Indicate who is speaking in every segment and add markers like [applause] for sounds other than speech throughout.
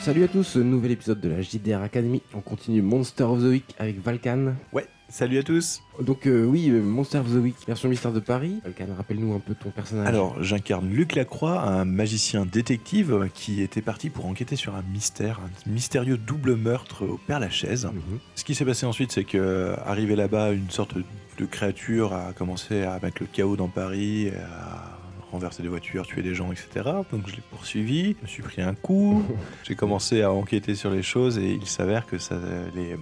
Speaker 1: Salut à tous, nouvel épisode de la JDR Academy. On continue Monster of the Week avec Valkan.
Speaker 2: Ouais, salut à tous.
Speaker 1: Donc euh, oui, euh, Monster of the Week, version mystère de Paris. Valkan, rappelle-nous un peu ton personnage.
Speaker 2: Alors, j'incarne Luc Lacroix, un magicien détective euh, qui était parti pour enquêter sur un mystère, un mystérieux double meurtre au Père Lachaise.
Speaker 1: Mhm.
Speaker 2: Ce qui s'est passé ensuite, c'est que arrivé là-bas, une sorte de créature a commencé à mettre le chaos dans Paris, à renverser des voitures, tuer des gens, etc. Donc je l'ai poursuivi, je me suis pris un coup, j'ai commencé à enquêter sur les choses et il s'avère que ça, les,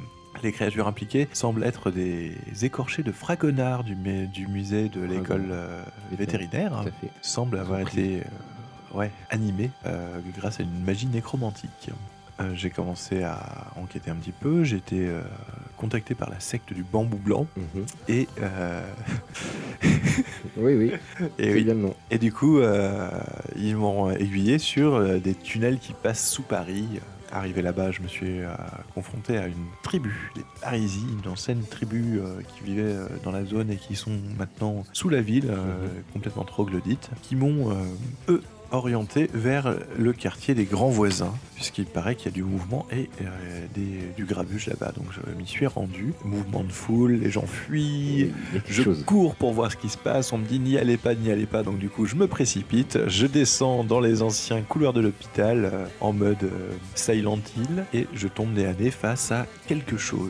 Speaker 2: les créatures impliquées semblent être des écorchés de fragonards du, mu- du musée de l'école euh, vétérinaire,
Speaker 1: Tout à fait.
Speaker 2: semblent avoir été euh, ouais, animés euh, grâce à une magie nécromantique. Euh, j'ai commencé à enquêter un petit peu, j'ai été euh, contacté par la secte du bambou blanc
Speaker 1: Mhm.
Speaker 2: et, euh, [laughs]
Speaker 1: Oui, oui,
Speaker 2: et
Speaker 1: c'est
Speaker 2: Eh oui,
Speaker 1: bien le nom.
Speaker 2: et du coup, euh, ils m'ont aiguillé sur euh, des tunnels qui passent sous Paris. Arrivé là-bas, je me suis euh, confronté à une tribu, les Parisies, une ancienne tribu euh, qui vivait euh, dans la zone et qui sont maintenant sous la ville, euh, complètement troglodytes, qui m'ont, euh, eux, orienté vers le quartier des grands voisins, puisqu'il paraît qu'il y a du mouvement et euh, des- du grabuge là-bas. Donc je m'y suis rendu. Mouvement de foule, les gens fuient,
Speaker 1: Il y a quelque
Speaker 2: je
Speaker 1: chose.
Speaker 2: cours pour voir ce qui se passe, on me dit n'y allez pas, n'y allez pas, donc du coup je me précipite, je descends dans les anciens couloirs de l'hôpital euh, en mode euh, Silent Hill et je tombe nez à nez face à quelque chose.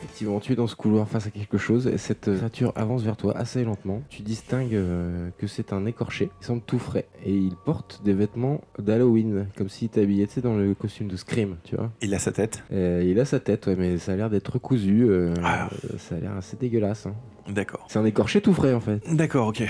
Speaker 1: Effectivement, tu es dans ce couloir face à quelque chose et cette euh, créature avance vers toi assez lentement. Tu distingues euh, que c'est un écorché. Il semble tout frais et il porte des vêtements d'Halloween, comme s'il était habillé tu sais, dans le costume de Scream, tu vois.
Speaker 2: Il a sa tête
Speaker 1: Euh, il a sa tête, ouais, mais ça a l'air d'être cousu. euh,
Speaker 2: Ah.
Speaker 1: euh, Ça a l'air assez dégueulasse. hein.
Speaker 2: D'accord.
Speaker 1: C'est un écorché tout frais en fait.
Speaker 2: D'accord, ok.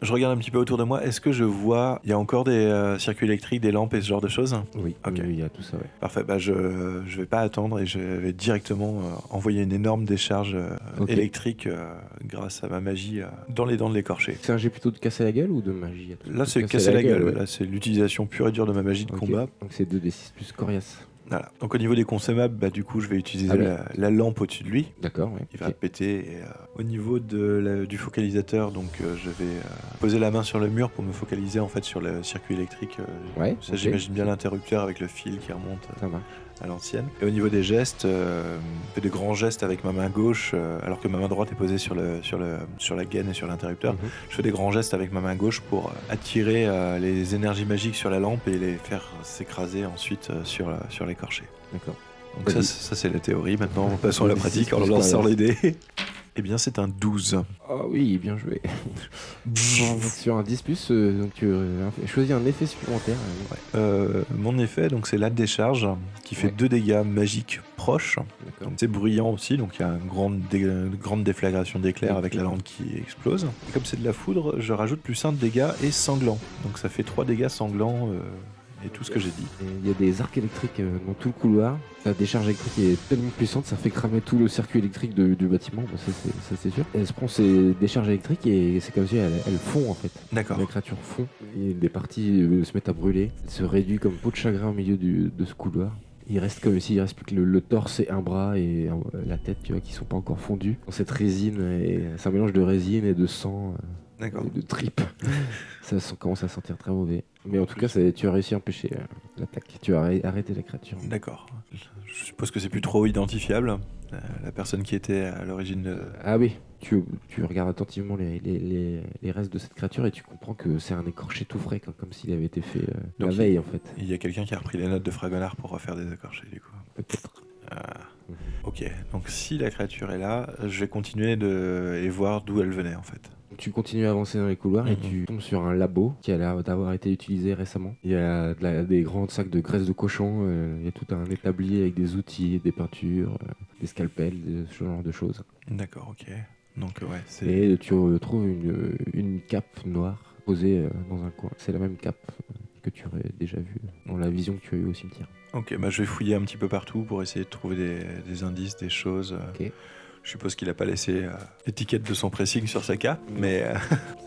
Speaker 2: Je regarde un petit peu autour de moi, est-ce que je vois, il y a encore des euh, circuits électriques, des lampes et ce genre de choses
Speaker 1: Oui,
Speaker 2: Ok.
Speaker 1: oui, oui, il y a tout ça, ouais.
Speaker 2: Parfait, bah je, je vais pas attendre et je vais directement euh, envoyer une énorme décharge euh,
Speaker 1: Ok.
Speaker 2: électrique euh, grâce à ma magie euh, dans les dents de l'écorché.
Speaker 1: C'est un jet plutôt de casser la gueule ou de magie
Speaker 2: Là, c'est casser la gueule.
Speaker 1: ouais.
Speaker 2: Là, c'est l'utilisation pure et dure de ma magie de
Speaker 1: Ok.
Speaker 2: combat.
Speaker 1: Donc c'est 2d6 plus coriace.
Speaker 2: Voilà. Donc, au niveau des consommables, bah, du coup, je vais utiliser
Speaker 1: Ah oui.
Speaker 2: la, la lampe au-dessus de lui.
Speaker 1: D'accord, ouais.
Speaker 2: Il va
Speaker 1: Ok.
Speaker 2: péter. et, euh, au niveau de la- du focalisateur, donc euh, je vais euh, poser la main sur le mur pour me focaliser en fait sur le circuit électrique. euh,
Speaker 1: Ouais,
Speaker 2: Ça,
Speaker 1: ok.
Speaker 2: j'imagine bien l'interrupteur avec le fil qui remonte euh,
Speaker 1: Ça marche.
Speaker 2: à l'ancienne. Et au niveau des gestes, euh, je fais des grands gestes avec ma main gauche, euh, alors que ma main droite est posée sur, le, sur, le, sur la gaine et sur l'interrupteur.
Speaker 1: Mhm.
Speaker 2: Je fais des grands gestes avec ma main gauche pour euh, attirer euh, les énergies magiques sur la lampe et les faire s'écraser ensuite euh, sur, la- sur l'écorché.
Speaker 1: D'accord.
Speaker 2: Donc ça,
Speaker 1: Vas-y.
Speaker 2: c'est- ça, c'est la théorie. Maintenant, passons à la pratique en lançant les dés. Eh bien, c'est un 12.
Speaker 1: Ah oui, bien
Speaker 2: [laughs]
Speaker 1: joué. Donc, Sur un 10 plus, euh, donc tu euh, choisis un effet supplémentaire. euh, donc-
Speaker 2: Euh, mon effet, donc c'est la décharge qui fait
Speaker 1: Ouais.
Speaker 2: deux dégâts magiques proches.
Speaker 1: D'accord.
Speaker 2: Donc c'est bruyant aussi, donc il y a une grande, dé- une grande déflagration d'éclairs avec la
Speaker 1: Ok.
Speaker 2: lampe qui explose. Et comme c'est de la foudre, je rajoute plus 1 de dégâts et sanglant. Donc ça fait 3 dégâts sanglants euh, et tout ce que j'ai dit.
Speaker 1: Et Il y a des arcs électriques euh, dans tout le couloir. La décharge électrique est tellement puissante, ça fait cramer tout le circuit électrique de- du bâtiment, bah, ça c'est- ça, c'est sûr. Elle se prend ces décharges électriques et c'est comme si elle, elle fond en fait.
Speaker 2: D'accord.
Speaker 1: La créature fond et des parties euh, se mettent à brûler. Elle se réduit comme peau de chagrin au milieu du- de ce couloir. Il reste comme s'il reste plus que le, le torse et un bras et euh, la tête, tu vois, qui sont pas encore fondus. Dans cette résine, et c'est un mélange de résine et de sang, euh,
Speaker 2: D'accord.
Speaker 1: et de
Speaker 2: [laughs]
Speaker 1: tripes. ça sent- commence à sentir très mauvais. Mais en tout cas, c'est- tu as réussi à empêcher euh, l'attaque. Tu as arrêt- arrêté la créature.
Speaker 2: D'accord. Je suppose que c'est plus trop identifiable. Euh, la personne qui était à l'origine de...
Speaker 1: Ah oui, tu, tu regardes attentivement les, les- les- les restes de cette créature et tu comprends que c'est un écorché tout frais, comme, comme s'il avait été fait euh, la
Speaker 2: Donc il-
Speaker 1: veille en fait.
Speaker 2: Il y a quelqu'un qui a repris les notes de Fragonard pour refaire des écorchés du coup.
Speaker 1: Peut-être.
Speaker 2: Ah.
Speaker 1: Mhm.
Speaker 2: Ok, donc si la créature est là, je vais continuer de... et voir d'où elle venait en fait.
Speaker 1: Tu continues à avancer dans les couloirs et
Speaker 2: Mhm.
Speaker 1: tu tombes sur un labo qui a l'air d'avoir été utilisé récemment. Il y a de la- des grands sacs de graisse de cochon, euh, il y a tout un établi avec des outils, des peintures, euh, des scalpels, de ce genre de choses.
Speaker 2: D'accord, ok. Donc ouais, c'est...
Speaker 1: Et tu retrouves une, euh, une cape noire posée euh, dans un coin. C'est la même cape euh, que tu aurais déjà vue dans la vision que tu as eue au cimetière.
Speaker 2: Ok, bah je vais fouiller un petit peu partout pour essayer de trouver des, des indices, des choses. euh.
Speaker 1: Ok.
Speaker 2: Je suppose qu'il a pas laissé euh, l'étiquette de son pressing sur sa cape, mais euh,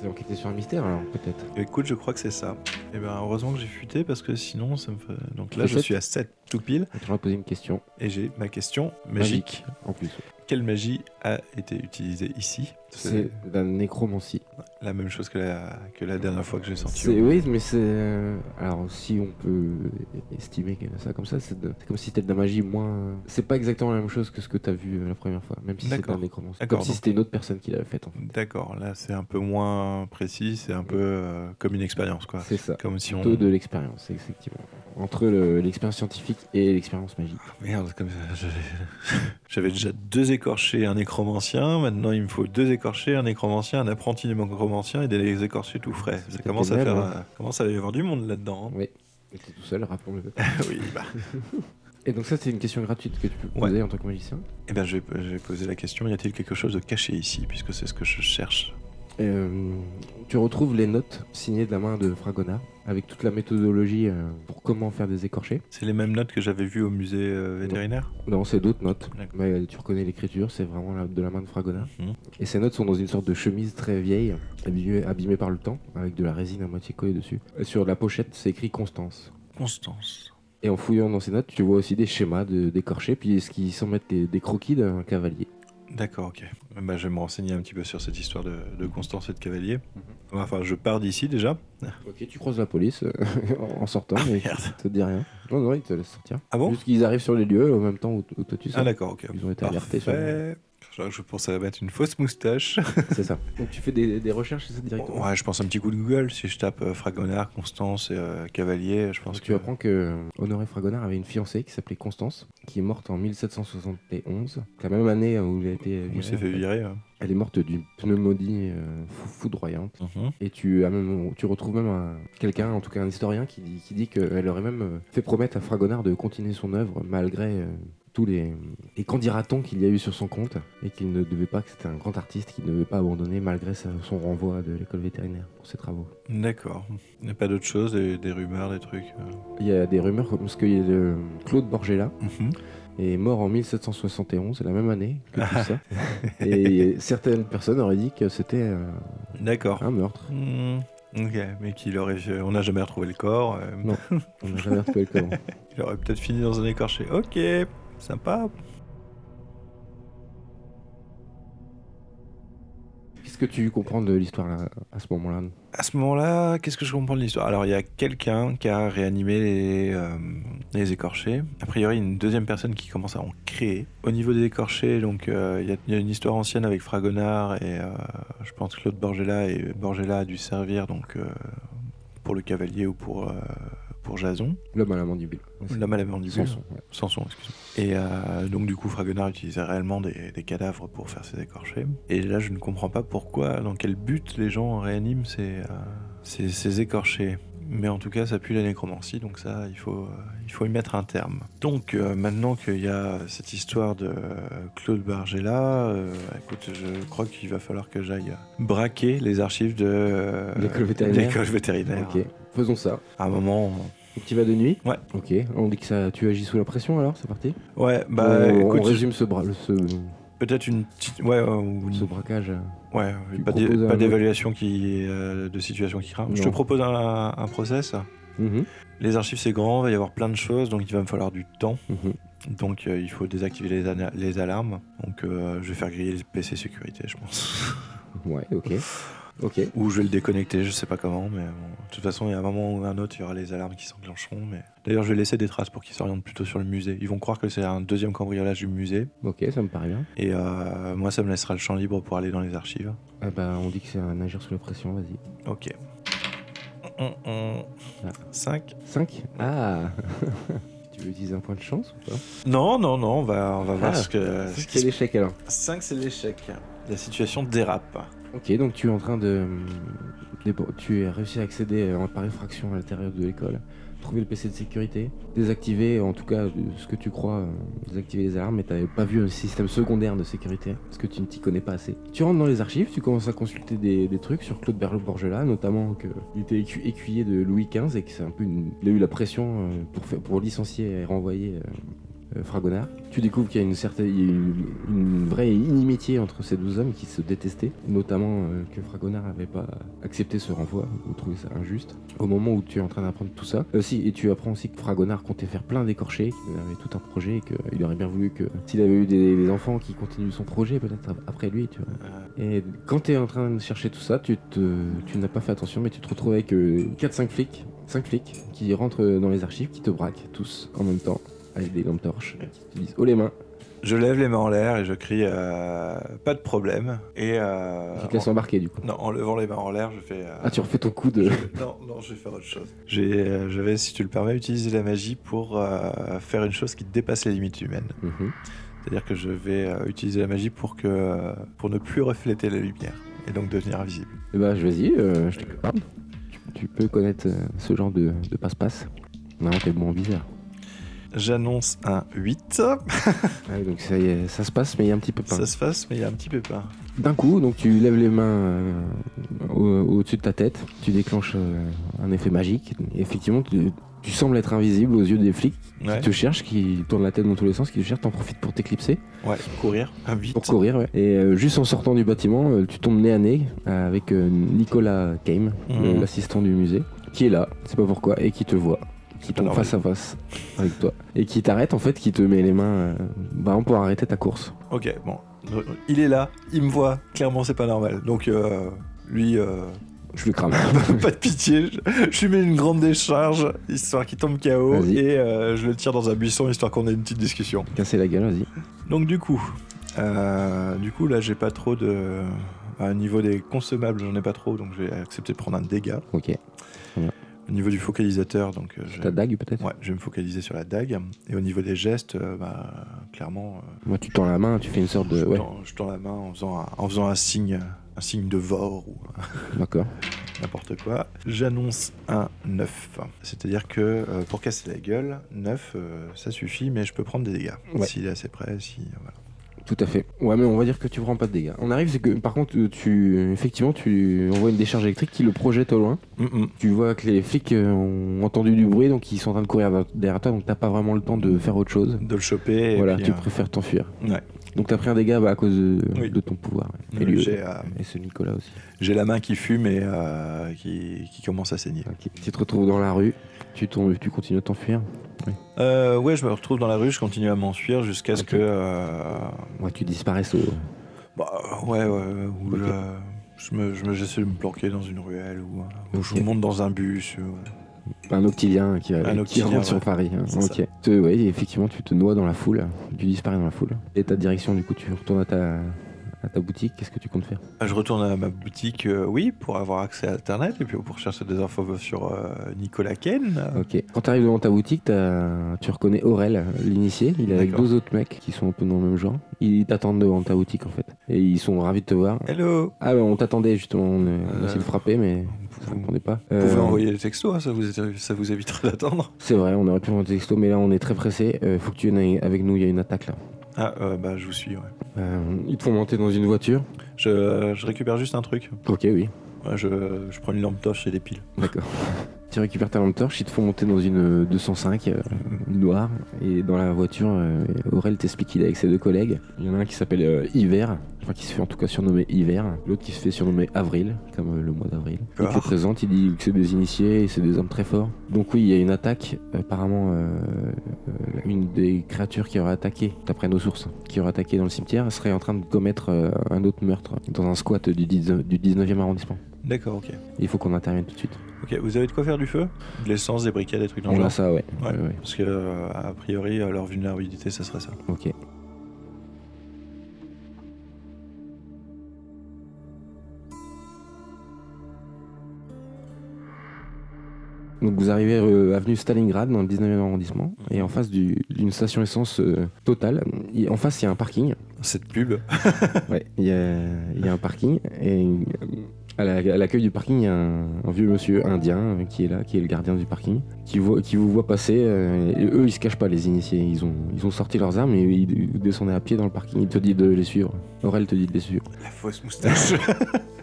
Speaker 1: C'est enquêté sur un mystère alors peut-être.
Speaker 2: écoute, je crois que c'est ça. Et ben heureusement que j'ai futé parce que sinon ça me fait... Donc là,
Speaker 1: Le
Speaker 2: je
Speaker 1: sept.
Speaker 2: suis à 7 tout pile
Speaker 1: On t'aurait posé une question
Speaker 2: et j'ai ma question magique.
Speaker 1: Magique. en plus.
Speaker 2: Quelle magie a été utilisée ici
Speaker 1: C'est la nécromancie.
Speaker 2: la même chose que la, que la dernière fois que j'ai senti.
Speaker 1: C'est- oui, mais c'est. euh, alors, si on peut estimer que ça comme ça, c'est de- c'est comme si c'était de la magie moins. C'est pas exactement la même chose que ce que t'as vu euh, la première fois, même si c'était
Speaker 2: D'accord.
Speaker 1: un nécromancien.
Speaker 2: D'accord,
Speaker 1: Comme si
Speaker 2: donc-
Speaker 1: c'était une autre personne qui l'avait faite, en fait.
Speaker 2: D'accord, là c'est un peu moins précis, c'est un peu euh, comme une expérience quoi.
Speaker 1: C'est ça.
Speaker 2: Comme si on.
Speaker 1: Plutôt de l'expérience, effectivement. Entre le- l'expérience scientifique et l'expérience magique.
Speaker 2: Merde, comme ça, j'avais- [laughs] J'avais déjà deux écorchés, un nécromancien. Maintenant, il me faut deux écorchés, un nécromancien, un apprenti nécromancien et des écorchés tout frais. Ça
Speaker 1: C'était
Speaker 2: commence à
Speaker 1: pénible,
Speaker 2: faire.
Speaker 1: hein.
Speaker 2: euh, commence à y avoir du monde là-dedans. hein.
Speaker 1: Et t'es tout seul,
Speaker 2: [laughs]
Speaker 1: rappelons-le.
Speaker 2: oui, bah.
Speaker 1: Et donc, ça, c'est une question gratuite que tu peux
Speaker 2: Ouais.
Speaker 1: poser en tant que magicien.
Speaker 2: Eh bien, je vais, je vais poser la question y a-t-il quelque chose de caché ici Puisque c'est ce que je cherche.
Speaker 1: Euh, tu retrouves les notes signées de la main de Fragonard, avec toute la méthodologie euh, pour comment faire des écorchés.
Speaker 2: C'est les mêmes notes que j'avais vues au musée euh, vétérinaire
Speaker 1: Non, c'est Bah, d'autres notes.
Speaker 2: D'accord.
Speaker 1: Bah, tu reconnais l'écriture, c'est vraiment la- de la main de Fragonard.
Speaker 2: Mhm.
Speaker 1: Et ces notes sont dans une sorte de chemise très vieille, abîmée, abîmée par le temps, avec de la résine à moitié collée dessus. Et sur la pochette, c'est écrit Constance.
Speaker 2: Constance.
Speaker 1: Et en fouillant dans ces notes, tu vois aussi des schémas de- d'écorchés, puis ce qui semble être des, des croquis d'un cavalier.
Speaker 2: D'accord, ok. Eh ben, je vais me renseigner un petit peu sur cette histoire de, de Constance et de Cavalier.
Speaker 1: Mhm.
Speaker 2: Enfin, je pars d'ici déjà.
Speaker 1: Ok, tu Ah, croises la police euh, [laughs] en en sortant, mais
Speaker 2: Merde.
Speaker 1: ça te dit rien. Non, non, ils te laissent sortir.
Speaker 2: Ah bon
Speaker 1: Juste qu'ils arrivent sur les lieux au même temps où, où toi tu
Speaker 2: Ah
Speaker 1: sors.
Speaker 2: d'accord, ok.
Speaker 1: Ils ont été alertés sur le-
Speaker 2: Parfait. Je, je pensais à mettre une fausse moustache.
Speaker 1: [laughs] C'est ça. Donc tu fais des, des recherches, c'est ça directement
Speaker 2: ouais, je pense un petit coup de Google. Si je tape euh, Fragonard, Constance et euh, Cavalier, je pense
Speaker 1: Parce
Speaker 2: que.
Speaker 1: que tu apprends que euh, Honoré Fragonard avait une fiancée qui s'appelait Constance, qui est morte en 1771, donc la même année où il a été viré.
Speaker 2: On s'est
Speaker 1: en
Speaker 2: fait
Speaker 1: fait.
Speaker 2: virer. hein. ouais.
Speaker 1: Elle est morte d'une pneumonie euh, fou- foudroyante. Et tu, as même, tu retrouves même un- quelqu'un, en tout cas un historien, qui dit, qui dit qu'elle aurait même euh, fait promettre à Fragonard de continuer son œuvre malgré euh, tous les, les candidatons qu'il y a eu sur son compte, et qu'il ne devait pas, que c'était un grand artiste, qu'il ne devait pas abandonner malgré sa- son renvoi de l'école vétérinaire pour ses travaux.
Speaker 2: D'accord. Il n'y a pas d'autre chose, des, des rumeurs, des trucs. euh.
Speaker 1: Il y a des rumeurs comme ce que il y a le- Claude Borgella, est mort en 1771, c'est la même année que
Speaker 2: Ah.
Speaker 1: tout ça. Et certaines personnes auraient dit que c'était euh,
Speaker 2: D'accord.
Speaker 1: un meurtre.
Speaker 2: Hmm, Ok, mais qu'il aurait. euh, On n'a jamais retrouvé le corps. euh,
Speaker 1: Non. On n'a jamais retrouvé le
Speaker 2: [laughs]
Speaker 1: corps.
Speaker 2: Il aurait peut-être fini dans un écorché. Ok, sympa.
Speaker 1: Qu'est-ce que tu comprends de l'histoire là, à ce moment-là
Speaker 2: À ce moment-là, qu'est-ce que je comprends de l'histoire Alors, il y a quelqu'un qui a réanimé les, euh, les écorchés. A priori, une deuxième personne qui commence à en créer. Au niveau des écorchés, donc euh, il y a- il y, a une histoire ancienne avec Fragonard et euh, je pense Claude Borgella. Et Borgella a dû servir donc euh, pour le cavalier ou pour, euh, pour Jason.
Speaker 1: L'homme à la mandibule.
Speaker 2: La mal avait
Speaker 1: Samson, ouais.
Speaker 2: Samson, excusez-moi. Et euh, donc, du coup, Fragonard utilisait réellement des, des cadavres pour faire ses écorchés. Et là, je ne comprends pas pourquoi, dans quel but les gens réaniment ces, euh, ces, ces écorchés. Mais en tout cas, ça pue la nécromancie, donc ça, il faut, euh, il faut y mettre un terme. Donc, euh, maintenant qu'il y a cette histoire de euh, Claude Bargella, euh, écoute, je crois qu'il va falloir que j'aille braquer les archives de euh,
Speaker 1: L'école vétérinaire.
Speaker 2: l'école vétérinaire.
Speaker 1: Ok, faisons ça.
Speaker 2: À un moment,
Speaker 1: Donc tu vas de nuit
Speaker 2: Ouais.
Speaker 1: Ok, on dit que ça, tu agis sous la pression alors, c'est parti
Speaker 2: ouais, bah,
Speaker 1: on, on
Speaker 2: écoute,
Speaker 1: résume ce, bra- le- ce,
Speaker 2: peut-être une petite, ouais, euh, ou une-
Speaker 1: ce braquage. euh.
Speaker 2: Ouais,
Speaker 1: Tu
Speaker 2: pas d'é-
Speaker 1: proposes un
Speaker 2: pas
Speaker 1: autre-
Speaker 2: d'évaluation qui euh, de situation qui craint. Je te
Speaker 1: Non.
Speaker 2: propose un, un process.
Speaker 1: Mhm,
Speaker 2: Les archives c'est grand, il va y avoir plein de choses, donc il va me falloir du temps.
Speaker 1: mhm.
Speaker 2: Donc euh, il faut désactiver les, ana- les alarmes. Donc euh, je vais faire griller le PC sécurité, je pense. [laughs]
Speaker 1: Mhm. Ouais, ok. Ok,
Speaker 2: Ou je vais le déconnecter, je sais pas comment, mais bon. De toute façon, il y a un moment ou un autre, il y aura les alarmes qui s'enclencheront. Mais d'ailleurs, je vais laisser des traces pour qu'ils s'orientent plutôt sur le musée. Ils vont croire que c'est un deuxième cambriolage du musée,
Speaker 1: ok, ça me paraît bien.
Speaker 2: et euh, moi, ça me laissera le champ libre pour aller dans les archives.
Speaker 1: Ah bah, on dit que c'est un agir sous la pression, vas-y.
Speaker 2: Ok. Mm,
Speaker 1: Ah.
Speaker 2: 5.
Speaker 1: 5 Ah [laughs] Tu veux utiliser un point de chance ou pas
Speaker 2: Non, non, non, on va, on va voir
Speaker 1: Ah,
Speaker 2: ce que.
Speaker 1: C'est quel échec alors
Speaker 2: 5, c'est l'échec. La situation dérape.
Speaker 1: Ok, donc tu es en train de. débr- Tu as réussi à accéder euh, en par effraction à l'intérieur de l'école, trouver le PC de sécurité, désactiver en tout cas de ce que tu crois, euh, désactiver les alarmes, mais t'avais pas vu un système secondaire de sécurité parce que tu ne t'y connais pas assez. Tu rentres dans les archives, tu commences à consulter des, des trucs sur Claude Berlot Borgela, notamment qu'il était écu- écuyer de Louis XV et que c'est un peu une- Il a eu la pression euh, pour, faire- pour licencier et renvoyer. euh, euh, Fragonard. Tu découvres qu'il y a une certaine, il y a une, une vraie inimitié entre ces deux hommes qui se détestaient, notamment euh, que Fragonard n'avait pas accepté ce renvoi ou trouvé ça injuste. Au moment où tu es en train d'apprendre tout ça, aussi et tu apprends aussi que Fragonard comptait faire plein d'écorchés, qu'il avait tout un projet et qu'il aurait bien voulu que s'il avait eu des, des enfants qui continuent son projet, peut-être après lui, tu vois. Et quand tu es en train de chercher tout ça, tu, te, tu n'as pas fait attention, mais tu te retrouves avec 4-5 flics, 5 flics qui rentrent dans les archives, qui te braquent tous en même temps avec des lampes torches, qui te disent oh les mains,
Speaker 2: Je lève les mains en l'air et je crie euh, pas de problème. Et euh,
Speaker 1: qui te laissent embarquer du coup.
Speaker 2: en, non, en levant les mains en l'air, je fais. euh,
Speaker 1: Ah, tu refais ton coup de.
Speaker 2: je- [laughs] Non, non, je vais faire autre chose. J'ai, euh, je vais, si tu le permets, utiliser la magie pour euh, faire une chose qui dépasse les limites humaines.
Speaker 1: Mhm.
Speaker 2: C'est-à-dire que je vais euh, utiliser la magie pour, que, euh, pour ne plus refléter la lumière et donc devenir invisible.
Speaker 1: Eh ben, je- vas-y, euh, je te parle. Tu, tu peux connaître euh, ce genre de, de passe-passe. Non, t'es bon en bizarre.
Speaker 2: J'annonce un 8.
Speaker 1: Ah oui, donc ça, y est, ça se passe, mais il y a un petit peu pas.
Speaker 2: Ça se passe, mais il y a un petit pépin.
Speaker 1: D'un coup, donc tu lèves les mains euh, au- au-dessus de ta tête, tu déclenches euh, un effet magique. Et effectivement, tu, tu sembles être invisible aux yeux des flics
Speaker 2: Ouais.
Speaker 1: qui te cherchent, qui tournent la tête dans tous les sens, qui te cherchent, t'en profites pour t'éclipser,
Speaker 2: Ouais, courir. Un 8.
Speaker 1: pour courir. ouais. Et euh, juste en sortant du bâtiment, euh, tu tombes nez à nez avec euh, Nicolas Kame,
Speaker 2: Mhm.
Speaker 1: le- l'assistant du musée, qui est là, c'est pas pourquoi, et qui te voit. Qui
Speaker 2: pas
Speaker 1: tombe
Speaker 2: normal.
Speaker 1: face à face avec toi. Et qui t'arrête en fait, qui te met les mains euh, bah, pour arrêter ta course.
Speaker 2: Ok, bon. Il est là, il me voit. Clairement, c'est pas normal. Donc, euh, lui, euh, [laughs]
Speaker 1: Je le crame.
Speaker 2: pas de pitié. Je, je lui mets une grande décharge, histoire qu'il tombe KO.
Speaker 1: Vas-y.
Speaker 2: Et euh, je le tire dans un buisson, histoire qu'on ait une petite discussion.
Speaker 1: Casser la gueule, vas-y.
Speaker 2: Donc, du coup, euh, du coup là, j'ai pas trop de. Au niveau des consommables, j'en ai pas trop, donc j'ai accepté de prendre un dégât.
Speaker 1: Ok.
Speaker 2: Au niveau du focalisateur, donc euh, je-
Speaker 1: Ta dague peut-être
Speaker 2: Ouais, je vais me focaliser sur la dague. Et au niveau des gestes, euh, bah, clairement, euh,
Speaker 1: Moi, tu tends la main, tu fais une sorte de.
Speaker 2: je,
Speaker 1: Ouais,
Speaker 2: tends, je tends la main en faisant un, en faisant un signe, un signe de vor ou
Speaker 1: d'accord.
Speaker 2: n'importe quoi. J'annonce un 9. C'est-à-dire que euh, pour casser la gueule, 9, euh, ça suffit, mais je peux prendre des dégâts.
Speaker 1: Ouais.
Speaker 2: S'il est assez près, si. euh, Voilà.
Speaker 1: Tout à fait. Ouais, mais on va dire que tu prends pas de dégâts. On arrive, c'est que par contre, euh, tu. Effectivement, tu envoies une décharge électrique qui le projette au loin.
Speaker 2: Mm, mm.
Speaker 1: Tu vois que les flics euh, ont entendu du bruit, donc ils sont en train de courir vers- derrière toi, donc t'as pas vraiment le temps de faire autre chose.
Speaker 2: De le choper. et
Speaker 1: voilà,
Speaker 2: puis,
Speaker 1: tu
Speaker 2: euh,
Speaker 1: préfères t'enfuir.
Speaker 2: Ouais.
Speaker 1: Donc t'as pris un dégât bah, à cause de,
Speaker 2: Oui.
Speaker 1: de ton pouvoir. ouais. Et,
Speaker 2: euh,
Speaker 1: lui-
Speaker 2: j'ai, euh,
Speaker 1: et ce Nicolas aussi.
Speaker 2: j'ai la main qui fume et euh, qui, qui commence à saigner.
Speaker 1: Ok. Tu te retrouves dans la rue, tu, tombes, tu continues à t'enfuir.
Speaker 2: Euh, ouais, je me retrouve dans la rue, je continue à m'enfuir jusqu'à ce
Speaker 1: Ok.
Speaker 2: que. euh,
Speaker 1: Ouais, tu disparaisses au.
Speaker 2: Bah ouais, ouais, ouais, ou
Speaker 1: Ok.
Speaker 2: je, je me, je me- j'essaie de me planquer dans une ruelle ou, euh, ou je
Speaker 1: Ok.
Speaker 2: monte dans un bus. ou, euh,
Speaker 1: Un octilien qui, va-
Speaker 2: Un
Speaker 1: qui
Speaker 2: octilien,
Speaker 1: rentre
Speaker 2: ouais.
Speaker 1: sur Paris. hein.
Speaker 2: C'est
Speaker 1: Ok. Te- ouais, effectivement, tu te noies dans la foule, tu disparais dans la foule. Et ta direction, du coup, tu retournes à ta, à ta boutique. Qu'est-ce que tu comptes faire
Speaker 2: Ah, Je retourne à ma boutique, euh, oui, pour avoir accès à Internet et puis pour chercher des infos sur euh, Nicolas Ken.
Speaker 1: Ok. Quand tu arrives devant ta boutique, t'as- tu reconnais Aurel, l'initié. Il est avec
Speaker 2: D'accord.
Speaker 1: deux autres mecs qui sont un peu dans le même genre. Ils t'attendent devant ta boutique, en fait. Et ils sont ravis de te voir.
Speaker 2: Hello
Speaker 1: Ah, bah, on t'attendait justement, on, euh, on essayait de frapper, mais ça
Speaker 2: Vous,
Speaker 1: répondait pas.
Speaker 2: vous pouvez
Speaker 1: Euh,
Speaker 2: envoyer des textos, hein, ça, vous, ça vous évitera d'attendre.
Speaker 1: C'est vrai, on aurait pu envoyer des textos, mais là, on est très pressé. Euh, faut que tu viennes avec nous, il y a une attaque là.
Speaker 2: Ah, euh, bah je vous suis, ouais.
Speaker 1: Euh, ils te font monter dans une voiture.
Speaker 2: Je, je récupère juste un truc.
Speaker 1: Ok, oui.
Speaker 2: Ouais, je, je prends une lampe torche et des piles.
Speaker 1: D'accord. tu récupères ta lampe torche, ils te font monter dans une euh, 205 euh, noire. Et dans la voiture, euh, Aurel t'explique qu'il est avec ses deux collègues. Il y en a un qui s'appelle euh, Hiver, enfin qui se fait en tout cas surnommer Hiver. L'autre qui se fait surnommer Avril, comme euh, le mois d'avril. Il te
Speaker 2: D'accord.
Speaker 1: présente, il dit que c'est des initiés et c'est des hommes très forts. Donc oui, il y a une attaque. Apparemment, euh, euh, une des créatures qui aurait attaqué, d'après nos sources, qui aurait attaqué dans le cimetière, serait en train de commettre euh, un autre meurtre dans un squat du 19 du 19e arrondissement.
Speaker 2: D'accord, ok.
Speaker 1: Il faut qu'on intervienne tout de suite.
Speaker 2: Ok, vous avez de quoi faire du feu De l'essence, des briquets, des trucs dans le
Speaker 1: On a
Speaker 2: genre
Speaker 1: ça, ouais.
Speaker 2: Ouais.
Speaker 1: Ouais, ouais.
Speaker 2: Parce que, euh, a priori, euh, leur vulnérabilité, ça serait ça.
Speaker 1: Ok. Donc vous arrivez euh, avenue Stalingrad dans le 19e arrondissement et en face du- d'une station essence euh, totale, il- en face il y a un parking.
Speaker 2: Cette pub.
Speaker 1: Ouais, il y a, il y a un parking et euh, à la- à l'accueil du parking il y a un, un vieux monsieur indien euh, qui est là, qui est le gardien du parking, qui, voit, qui vous voit passer. euh, et eux ils se cachent pas les initiés, ils ont, ils ont sorti leurs armes et ils descendaient à pied dans le parking. Il te dit de les suivre. Aurel te dit de les suivre.
Speaker 2: [laughs] La fausse moustache.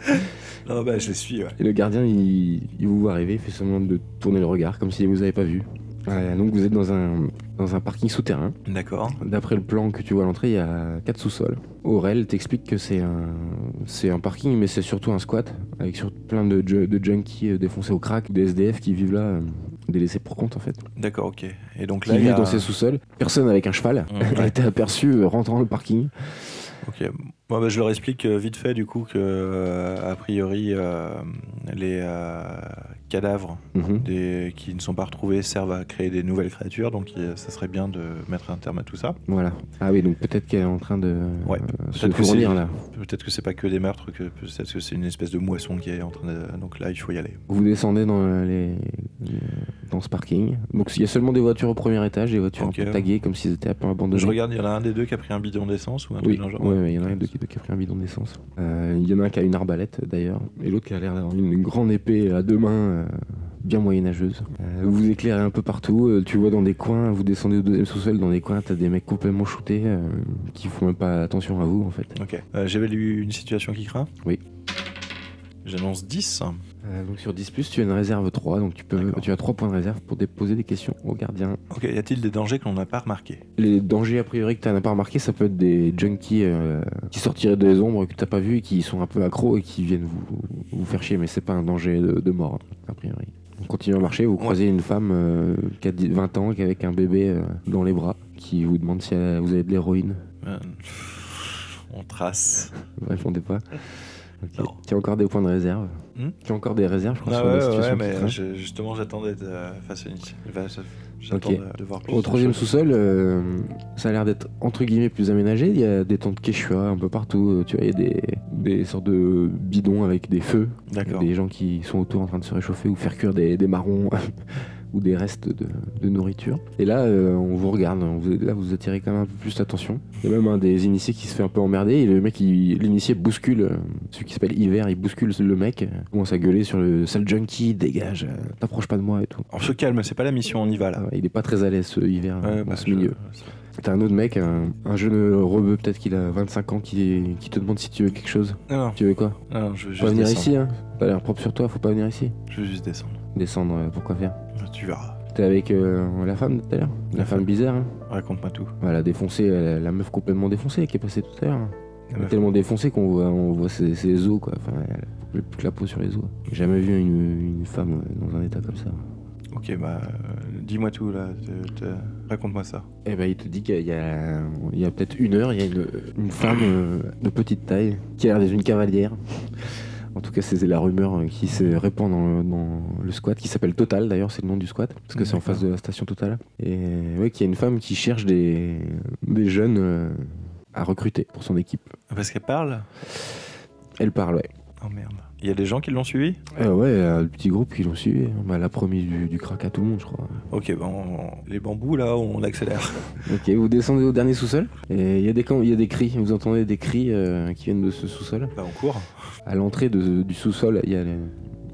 Speaker 2: [laughs] non, bah je les suis, ouais.
Speaker 1: Et le gardien, il, il vous voit arriver, il fait seulement de tourner le regard, comme s'il vous avait pas vu. Voilà, donc vous êtes dans un, dans un parking souterrain.
Speaker 2: D'accord.
Speaker 1: D'après le plan que tu vois à l'entrée, il y a quatre sous-sols. Aurel t'explique que c'est un, c'est un parking, mais c'est surtout un squat, avec sur, plein de, ju- de junkies euh, défoncés au crack, des SDF qui vivent là, euh, des laissés pour compte en fait.
Speaker 2: D'accord, ok. Et donc
Speaker 1: Qui
Speaker 2: là, il y
Speaker 1: vivent
Speaker 2: a...
Speaker 1: dans
Speaker 2: [laughs]
Speaker 1: ces sous-sols. Personne avec un cheval
Speaker 2: Mm,
Speaker 1: a
Speaker 2: [laughs] ouais.
Speaker 1: été aperçu euh, rentrant dans le parking.
Speaker 2: Ok. Moi, bah, je leur explique euh, vite fait, du coup, que, euh, a priori, euh, les euh, cadavres
Speaker 1: Mhm.
Speaker 2: des... qui ne sont pas retrouvés servent à créer des nouvelles créatures, donc euh, ça serait bien de mettre un terme à tout ça.
Speaker 1: Voilà. Ah oui, donc peut-être qu'elle est en train de euh,
Speaker 2: Ouais,
Speaker 1: se
Speaker 2: peut-être que
Speaker 1: fournir
Speaker 2: c'est-
Speaker 1: là.
Speaker 2: Peut-être que c'est pas que des meurtres, que peut-être que c'est une espèce de moisson qui est en train de. Donc là, il faut y aller.
Speaker 1: Vous descendez dans, euh, les, les- dans ce parking. Donc il y a seulement des voitures au premier étage, des voitures un
Speaker 2: Ok.
Speaker 1: peu taguées comme si elles étaient un peu abandonnées.
Speaker 2: Je regarde, il y en a un des deux qui a pris un bidon d'essence ou un
Speaker 1: Oui,
Speaker 2: truc d'un genre.
Speaker 1: ouais, ouais, il y en a un de- qui qui a pris un bidon d'essence. Euh, Il y en a un qui a une arbalète d'ailleurs, et l'autre qui a l'air d'avoir une, une grande épée à deux mains, euh, bien moyenâgeuse. Euh, vous vous éclairez un peu partout, euh, tu vois dans des coins, vous descendez au deuxième sous-sol, dans des coins, t'as des mecs complètement shootés euh, qui font même pas attention à vous en fait.
Speaker 2: Ok. Euh, J'avais lu une situation qui craint
Speaker 1: Oui.
Speaker 2: J'annonce 10.
Speaker 1: Euh, donc sur 10, tu as une réserve 3, donc tu, peux,
Speaker 2: D'accord.
Speaker 1: tu as 3 points de réserve pour déposer des questions au gardien.
Speaker 2: Ok, y a-t-il des dangers qu'on n'a pas remarqués
Speaker 1: Les dangers a priori que tu n'as pas remarqué, ça peut être des junkies euh, qui sortiraient des ombres que t'as pas vu et qui sont un peu accros et qui viennent vous, vous faire chier, mais c'est pas un danger de, de mort, hein, a priori. On continue à marcher, vous croisez une femme euh, qui a 10 20 ans, qui est avec un bébé euh, dans les bras, qui vous demande si elle- vous avez de l'héroïne.
Speaker 2: Euh, On trace.
Speaker 1: Vous répondez pas. Ok.
Speaker 2: Non.
Speaker 1: Qui a encore des points de réserve.
Speaker 2: Hmm
Speaker 1: qui a encore des réserves, je crois,
Speaker 2: Ah
Speaker 1: sur la
Speaker 2: ouais,
Speaker 1: situation
Speaker 2: ouais,
Speaker 1: qui traîne.
Speaker 2: mais je- justement, j'attendais de euh, face à une- enfin, je- J'attends
Speaker 1: Ok.
Speaker 2: de- de voir plus.
Speaker 1: Au
Speaker 2: de
Speaker 1: troisième
Speaker 2: choses.
Speaker 1: sous-sol, euh, ça a l'air d'être entre guillemets plus aménagé. Il y a des tentes quechua un peu partout. euh, Tu vois, il y a des, des sortes de bidons avec des feux. Il y a
Speaker 2: D'accord.
Speaker 1: Des gens qui sont autour en train de se réchauffer ou faire cuire des, des marrons [laughs] ou des restes de, de nourriture. Et là, euh, on vous regarde. on vous- là, vous attirez quand même un peu plus l'attention. Il y a même un des initiés qui se fait un peu emmerder. Et le mec, il- l'initié bouscule, euh, celui qui s'appelle Hiver, il bouscule le mec. Il commence à gueuler sur le sale junkie, dégage, euh, t'approches pas de moi et tout.
Speaker 2: On se calme, c'est pas la mission, on y va là.
Speaker 1: Ah ouais, il est pas très à l'aise, ce Hiver,
Speaker 2: Ouais,
Speaker 1: dans
Speaker 2: bah,
Speaker 1: ce
Speaker 2: je-
Speaker 1: milieu. T'as un autre mec, un, un jeune rebeu, peut-être qu'il a 25 ans, qui, qui te demande si tu veux quelque chose.
Speaker 2: Non, non,
Speaker 1: Tu veux quoi
Speaker 2: non, je
Speaker 1: Faut
Speaker 2: veux juste
Speaker 1: pas venir
Speaker 2: descendre.
Speaker 1: ici, hein T'as l'air propre sur toi, faut pas venir ici.
Speaker 2: Je veux juste descendre.
Speaker 1: Descendre, euh, pourquoi faire
Speaker 2: Tu verras.
Speaker 1: T'es avec euh, la femme tout à l'heure La,
Speaker 2: La
Speaker 1: femme
Speaker 2: femme.
Speaker 1: bizarre, hein
Speaker 2: Raconte-moi tout.
Speaker 1: Voilà, défoncée, euh, la, la meuf complètement défoncée qui est passée tout à l'heure. hein.
Speaker 2: La
Speaker 1: Elle est
Speaker 2: meuf-
Speaker 1: Tellement défoncée qu'on voit, on voit ses, ses os, quoi. Enfin, elle elle a plus que la peau sur les os. J'ai jamais vu une, une femme euh, dans un état comme ça.
Speaker 2: Ok, bah, euh, dis-moi tout là. te- te- Raconte-moi ça.
Speaker 1: Eh ben, il te dit qu'il y a, il y a peut-être une heure, il y a une, une femme euh, de petite taille qui a l'air d'être une cavalière. En tout cas, c'est la rumeur euh, qui se répand dans le, dans le squat, qui s'appelle Total d'ailleurs, c'est le nom du squat, parce que c'est en
Speaker 2: D'accord.
Speaker 1: face de la station Total. Et ouais, qu'il y a une femme qui cherche des, des jeunes euh, à recruter pour son équipe.
Speaker 2: Ah, Parce qu'elle parle
Speaker 1: Elle parle, ouais.
Speaker 2: Oh merde. Il y a des gens qui l'ont suivi
Speaker 1: Euh, ouais, euh, le petit groupe qui l'ont suivi. hein. Bah, elle a promis du, du crack à tout le monde, je crois.
Speaker 2: Ok, bah, on- les bambous là, on accélère.
Speaker 1: Ok, vous descendez au dernier sous-sol, et il y, a des cam- il y a des cris, vous entendez des cris euh, qui viennent de ce sous-sol.
Speaker 2: bah, on court.
Speaker 1: À l'entrée de- du sous-sol, il y a le-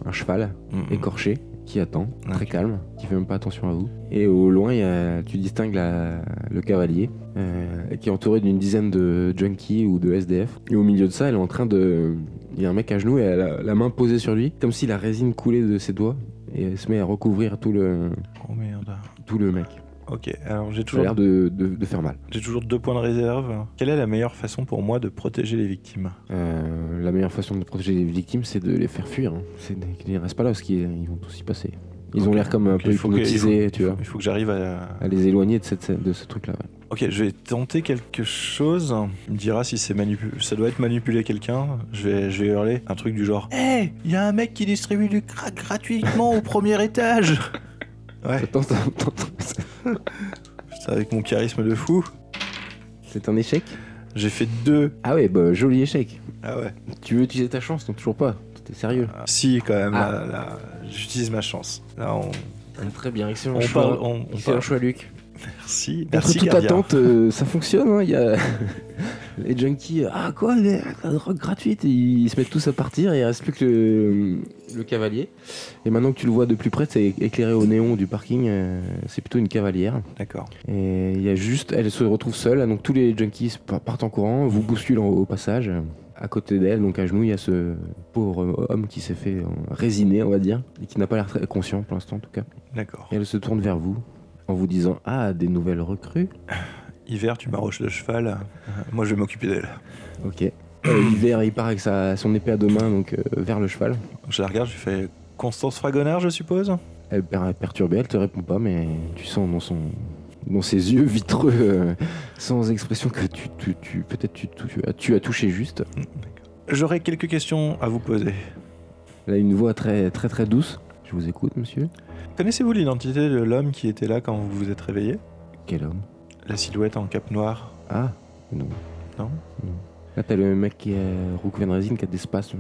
Speaker 1: un cheval
Speaker 2: Mm, mm.
Speaker 1: écorché qui attend, très
Speaker 2: Ok.
Speaker 1: calme, qui fait même pas attention à vous. Et au loin, il y a- tu distingues la- le cavalier euh, qui est entouré d'une dizaine de junkies ou de SDF. Et au milieu de ça, elle est en train de. Il y a un mec à genoux et elle a la main posée sur lui, comme si la résine coulait de ses doigts. Et elle se met à recouvrir tout le,
Speaker 2: Oh merde.
Speaker 1: tout le mec.
Speaker 2: Ok, alors j'ai
Speaker 1: Ça a
Speaker 2: toujours
Speaker 1: l'air de, de- de faire mal.
Speaker 2: J'ai toujours deux points de réserve. Quelle est la meilleure façon pour moi de protéger les victimes
Speaker 1: Euh, la meilleure façon de protéger les victimes, c'est de les faire fuir. hein. C'est de- qu'ils ne restent pas là parce qu'ils ils vont tous y passer. Ils ont
Speaker 2: Ok.
Speaker 1: l'air comme un
Speaker 2: Ok,
Speaker 1: peu
Speaker 2: il faut que-
Speaker 1: hypnotisés, tu vois.
Speaker 2: Il faut que j'arrive à...
Speaker 1: à les éloigner de, cette, scène- de ce truc-là. ouais.
Speaker 2: Ok, je vais tenter quelque chose. Il me dira si c'est manipulé. Ça doit être manipuler quelqu'un. Je vais, je vais hurler un truc du genre. Hé, Eh, il y a un mec qui distribue du crack gratuitement au premier étage. Ouais,
Speaker 1: Attends, attends, attends, attends.
Speaker 2: [laughs] c'est avec mon charisme de fou.
Speaker 1: C'est un échec
Speaker 2: J'ai fait deux.
Speaker 1: Ah ouais, bah joli échec.
Speaker 2: Ah ouais.
Speaker 1: Tu veux utiliser ta chance Non, toujours pas. T'es sérieux
Speaker 2: Ah, si, quand même.
Speaker 1: Ah.
Speaker 2: là- là, J'utilise ma chance. Là, on,
Speaker 1: Très bien, excellent
Speaker 2: on parle. On, on
Speaker 1: Excellent
Speaker 2: parle.
Speaker 1: choix, Luc.
Speaker 2: Merci.
Speaker 1: Contre
Speaker 2: Merci,
Speaker 1: toute
Speaker 2: gardien.
Speaker 1: attente, euh, ça fonctionne. hein, Il y a [laughs] les junkies. Ah quoi les- La drogue gratuite. et Ils se mettent tous à partir et il reste plus que le, le cavalier. Et maintenant que tu le vois de plus près, c'est éclairé au néon du parking. euh, c'est plutôt une cavalière.
Speaker 2: D'accord.
Speaker 1: Et il y a juste, elle se retrouve seule, donc tous les junkies pa- partent en courant, vous bousculent au au passage. À côté d'elle, donc à genoux, il y a ce pauvre homme qui euh, s'est fait euh, résiner, on va dire, et qui n'a pas l'air très conscient pour l'instant en tout cas.
Speaker 2: D'accord.
Speaker 1: Et elle se tourne vers vous. en vous disant Ah, des nouvelles recrues
Speaker 2: Hiver, tu m'arroches le cheval. euh, Moi, je vais m'occuper d'elle.
Speaker 1: Ok. Euh, Hiver, il part avec sa, son épée à deux mains, donc euh, vers le cheval.
Speaker 2: Je la regarde, je fais Constance Fragonard, je suppose
Speaker 1: Elle est perturbée, elle te répond pas, mais tu sens dans son dans ses yeux vitreux, euh, sans expression, que tu, tu, tu- peut-être tu, tu- tu as, tu as touché juste.
Speaker 2: J'aurais quelques questions à vous poser.
Speaker 1: Elle a une voix très très très douce. Je vous écoute, monsieur.
Speaker 2: Connaissez-vous l'identité de l'homme qui était là quand vous vous êtes réveillé
Speaker 1: Quel homme
Speaker 2: La silhouette en cape noire
Speaker 1: Ah, non.
Speaker 2: Non
Speaker 1: Là, t'as le mec qui est Rookven Resin qui a des spasmes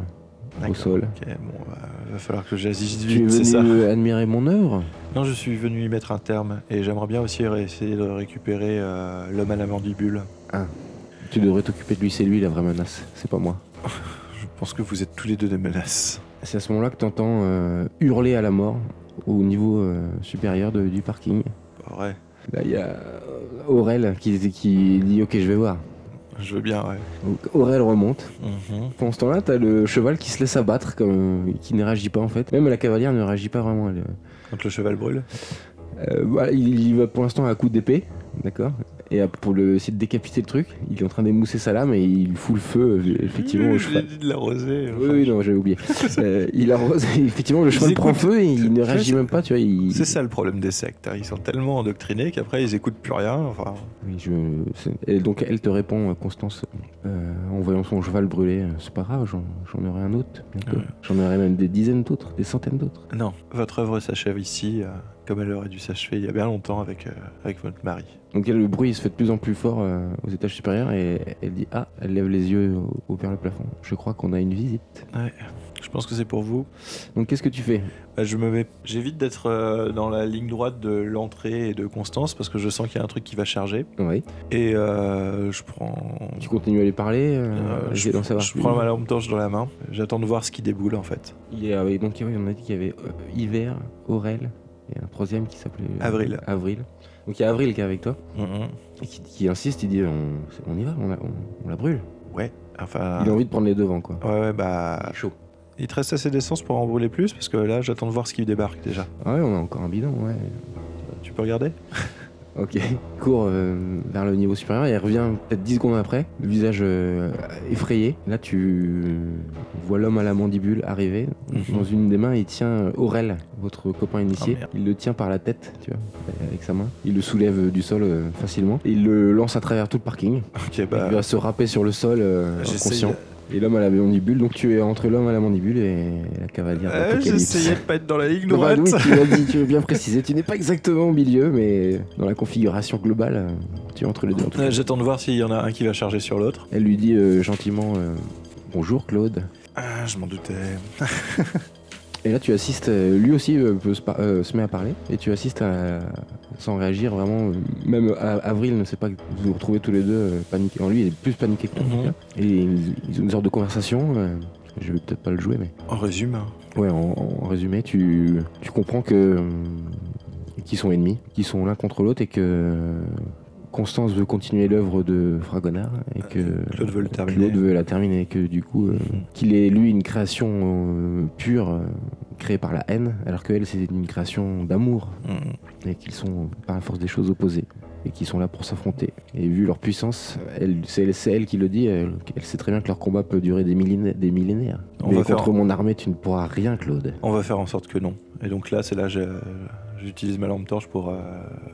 Speaker 1: au
Speaker 2: D'accord.
Speaker 1: sol.
Speaker 2: Ok, bon, bah, va falloir que j'agisse
Speaker 1: Tu es
Speaker 2: vite, c'est ça.
Speaker 1: venu admirer mon œuvre
Speaker 2: Non, je suis venu y mettre un terme et j'aimerais bien aussi ré- essayer de récupérer euh, l'homme à la mandibule.
Speaker 1: Tu devrais t'occuper de lui, c'est lui la vraie menace, c'est pas moi.
Speaker 2: Je pense que vous êtes tous les deux des menaces.
Speaker 1: C'est à ce moment-là que t'entends euh, hurler à la mort au niveau euh, supérieur de- du parking.
Speaker 2: Pas vrai.
Speaker 1: Là, il y a euh, Aurel qui, qui dit Ok, je vais voir.
Speaker 2: Je veux bien, ouais.
Speaker 1: Donc Aurel remonte.
Speaker 2: Mhm.
Speaker 1: Pendant ce temps-là, t'as le cheval qui se laisse abattre, comme, euh, qui ne réagit pas en fait. Même la cavalière ne réagit pas vraiment. elle, euh,
Speaker 2: Quand le cheval brûle.
Speaker 1: euh, voilà, il, il va pour l'instant à coup d'épée, d'accord Et à- pour le, essayer de décapiter le truc, il est en train d'émousser sa lame et il fout le feu euh, effectivement au
Speaker 2: Je l'ai
Speaker 1: cheval.
Speaker 2: dit de l'arroser.
Speaker 1: Oui, oui, non, j'avais
Speaker 2: [laughs]
Speaker 1: oublié. Euh, il arrose, et effectivement, le
Speaker 2: Ils
Speaker 1: cheval prend
Speaker 2: écoutent.
Speaker 1: feu et il ne
Speaker 2: Ça,
Speaker 1: réagit
Speaker 2: c'est-
Speaker 1: même pas, tu vois. il-
Speaker 2: C'est ça le problème des sectes. hein. Ils sont tellement endoctrinés qu'après ils écoutent plus rien. Enfin,
Speaker 1: Oui, je... c'est- Et donc elle te répond, euh, Constance, euh, en voyant son cheval brûler, euh, c'est pas grave, j'en, j'en aurai un autre. bientôt.
Speaker 2: Ouais.
Speaker 1: J'en aurai même des dizaines d'autres, des centaines d'autres.
Speaker 2: non. Votre œuvre s'achève ici, euh, comme elle aurait dû s'achever il y a bien longtemps avec, euh, avec votre mari.
Speaker 1: Donc elle, le bruit il se fait de plus en plus fort euh, aux étages supérieurs et elle dit, ah, elle lève les yeux au, au vers le plafond. Je crois qu'on a une visite.
Speaker 2: Je pense que c'est pour vous.
Speaker 1: Donc qu'est-ce que tu fais
Speaker 2: Bah, je me mets- J'évite d'être euh, dans la ligne droite de l'entrée et de Constance parce que je sens qu'il y a un truc qui va charger.
Speaker 1: Oui.
Speaker 2: Et euh, je prends.
Speaker 1: Tu continues à lui parler, euh,
Speaker 2: Euh, je,
Speaker 1: essayer d'en savoir
Speaker 2: je
Speaker 1: plus.
Speaker 2: prends ma lampe torche dans la main. J'attends de voir ce qui déboule en fait.
Speaker 1: Il y avait, donc oui, on a dit qu'il y avait euh, Hiver, Aurel et un troisième qui s'appelait... euh,
Speaker 2: Avril.
Speaker 1: Avril. Donc il y a Avril qui est avec toi.
Speaker 2: Mm,
Speaker 1: Et qui, qui insiste, il dit on, on y va, on la, on- on la brûle.
Speaker 2: Enfin.
Speaker 1: Il a envie de prendre les devants quoi.
Speaker 2: Ouais, ouais,
Speaker 1: Il
Speaker 2: bah.
Speaker 1: est chaud.
Speaker 2: Il te reste assez d'essence pour en brûler plus parce que là, j'attends de voir ce qui débarque déjà.
Speaker 1: Ah ouais, on a encore un bidon, ouais.
Speaker 2: Tu peux regarder
Speaker 1: Ok. Il court euh, vers le niveau supérieur et il revient peut-être 10 secondes après, le visage euh, effrayé. Là, tu euh, vois l'homme à la mandibule arriver.
Speaker 2: Mhm.
Speaker 1: Dans une des mains, il tient euh, Aurel, votre copain initié.
Speaker 2: Ah, merde.
Speaker 1: il le tient par la tête, tu vois, avec sa main. Il le soulève euh, du sol euh, facilement. Et il le lance à travers tout le parking.
Speaker 2: Ok, bah, euh,
Speaker 1: Il va se râper sur le sol, euh,
Speaker 2: J'essayais
Speaker 1: inconscient. Et l'homme à la mandibule, donc tu es entre l'homme à la mandibule et la cavalière d'apocalypse.
Speaker 2: de pas être dans la
Speaker 1: [laughs]
Speaker 2: ligne
Speaker 1: Non, bah,
Speaker 2: droite.
Speaker 1: oui, tu l'as dit, tu veux bien préciser, tu n'es pas exactement au milieu, mais dans la configuration globale, euh, tu es entre les deux. en tout cas.
Speaker 2: Ouais, Euh, J'attends de voir s'il y en a un qui va charger sur l'autre.
Speaker 1: Elle lui dit euh, gentiment euh, Bonjour Claude.
Speaker 2: Ah, je m'en doutais.
Speaker 1: Et là, tu assistes, euh, lui aussi euh, peut se, par- euh, se met à parler, et tu assistes à, sans réagir vraiment. euh, Même euh, Avril ne sait pas que vous vous retrouvez tous les deux euh, paniqués. En lui, il est plus paniqué que toi.
Speaker 2: Mhm.
Speaker 1: Et ils, ils ont une sorte de conversation. euh, je vais peut-être pas le jouer, mais.
Speaker 2: En résumé, hein.
Speaker 1: Ouais, en, en résumé, tu, tu comprends que euh, qu'ils sont ennemis, qu'ils sont l'un contre l'autre et que euh, Constance veut continuer l'œuvre de Fragonard et que
Speaker 2: Claude veut Euh, le terminer.
Speaker 1: Claude veut la terminer et que du coup, euh,
Speaker 2: Mhm.
Speaker 1: qu'il est lui une création euh, pure euh, créée par la haine, alors qu'elle c'est une création d'amour
Speaker 2: Mhm.
Speaker 1: et qu'ils sont par la force des choses opposés et qu'ils sont là pour s'affronter. Et vu leur puissance, elle- c'est elle, c'est elle qui le dit, elle, elle sait très bien que leur combat peut durer des millénaires. Des millénaires.
Speaker 2: On
Speaker 1: Mais
Speaker 2: va faire
Speaker 1: contre mon armée, tu ne pourras rien, Claude.
Speaker 2: On va faire en sorte que non. Et donc là, c'est là, je- j'utilise ma lampe torche pour euh,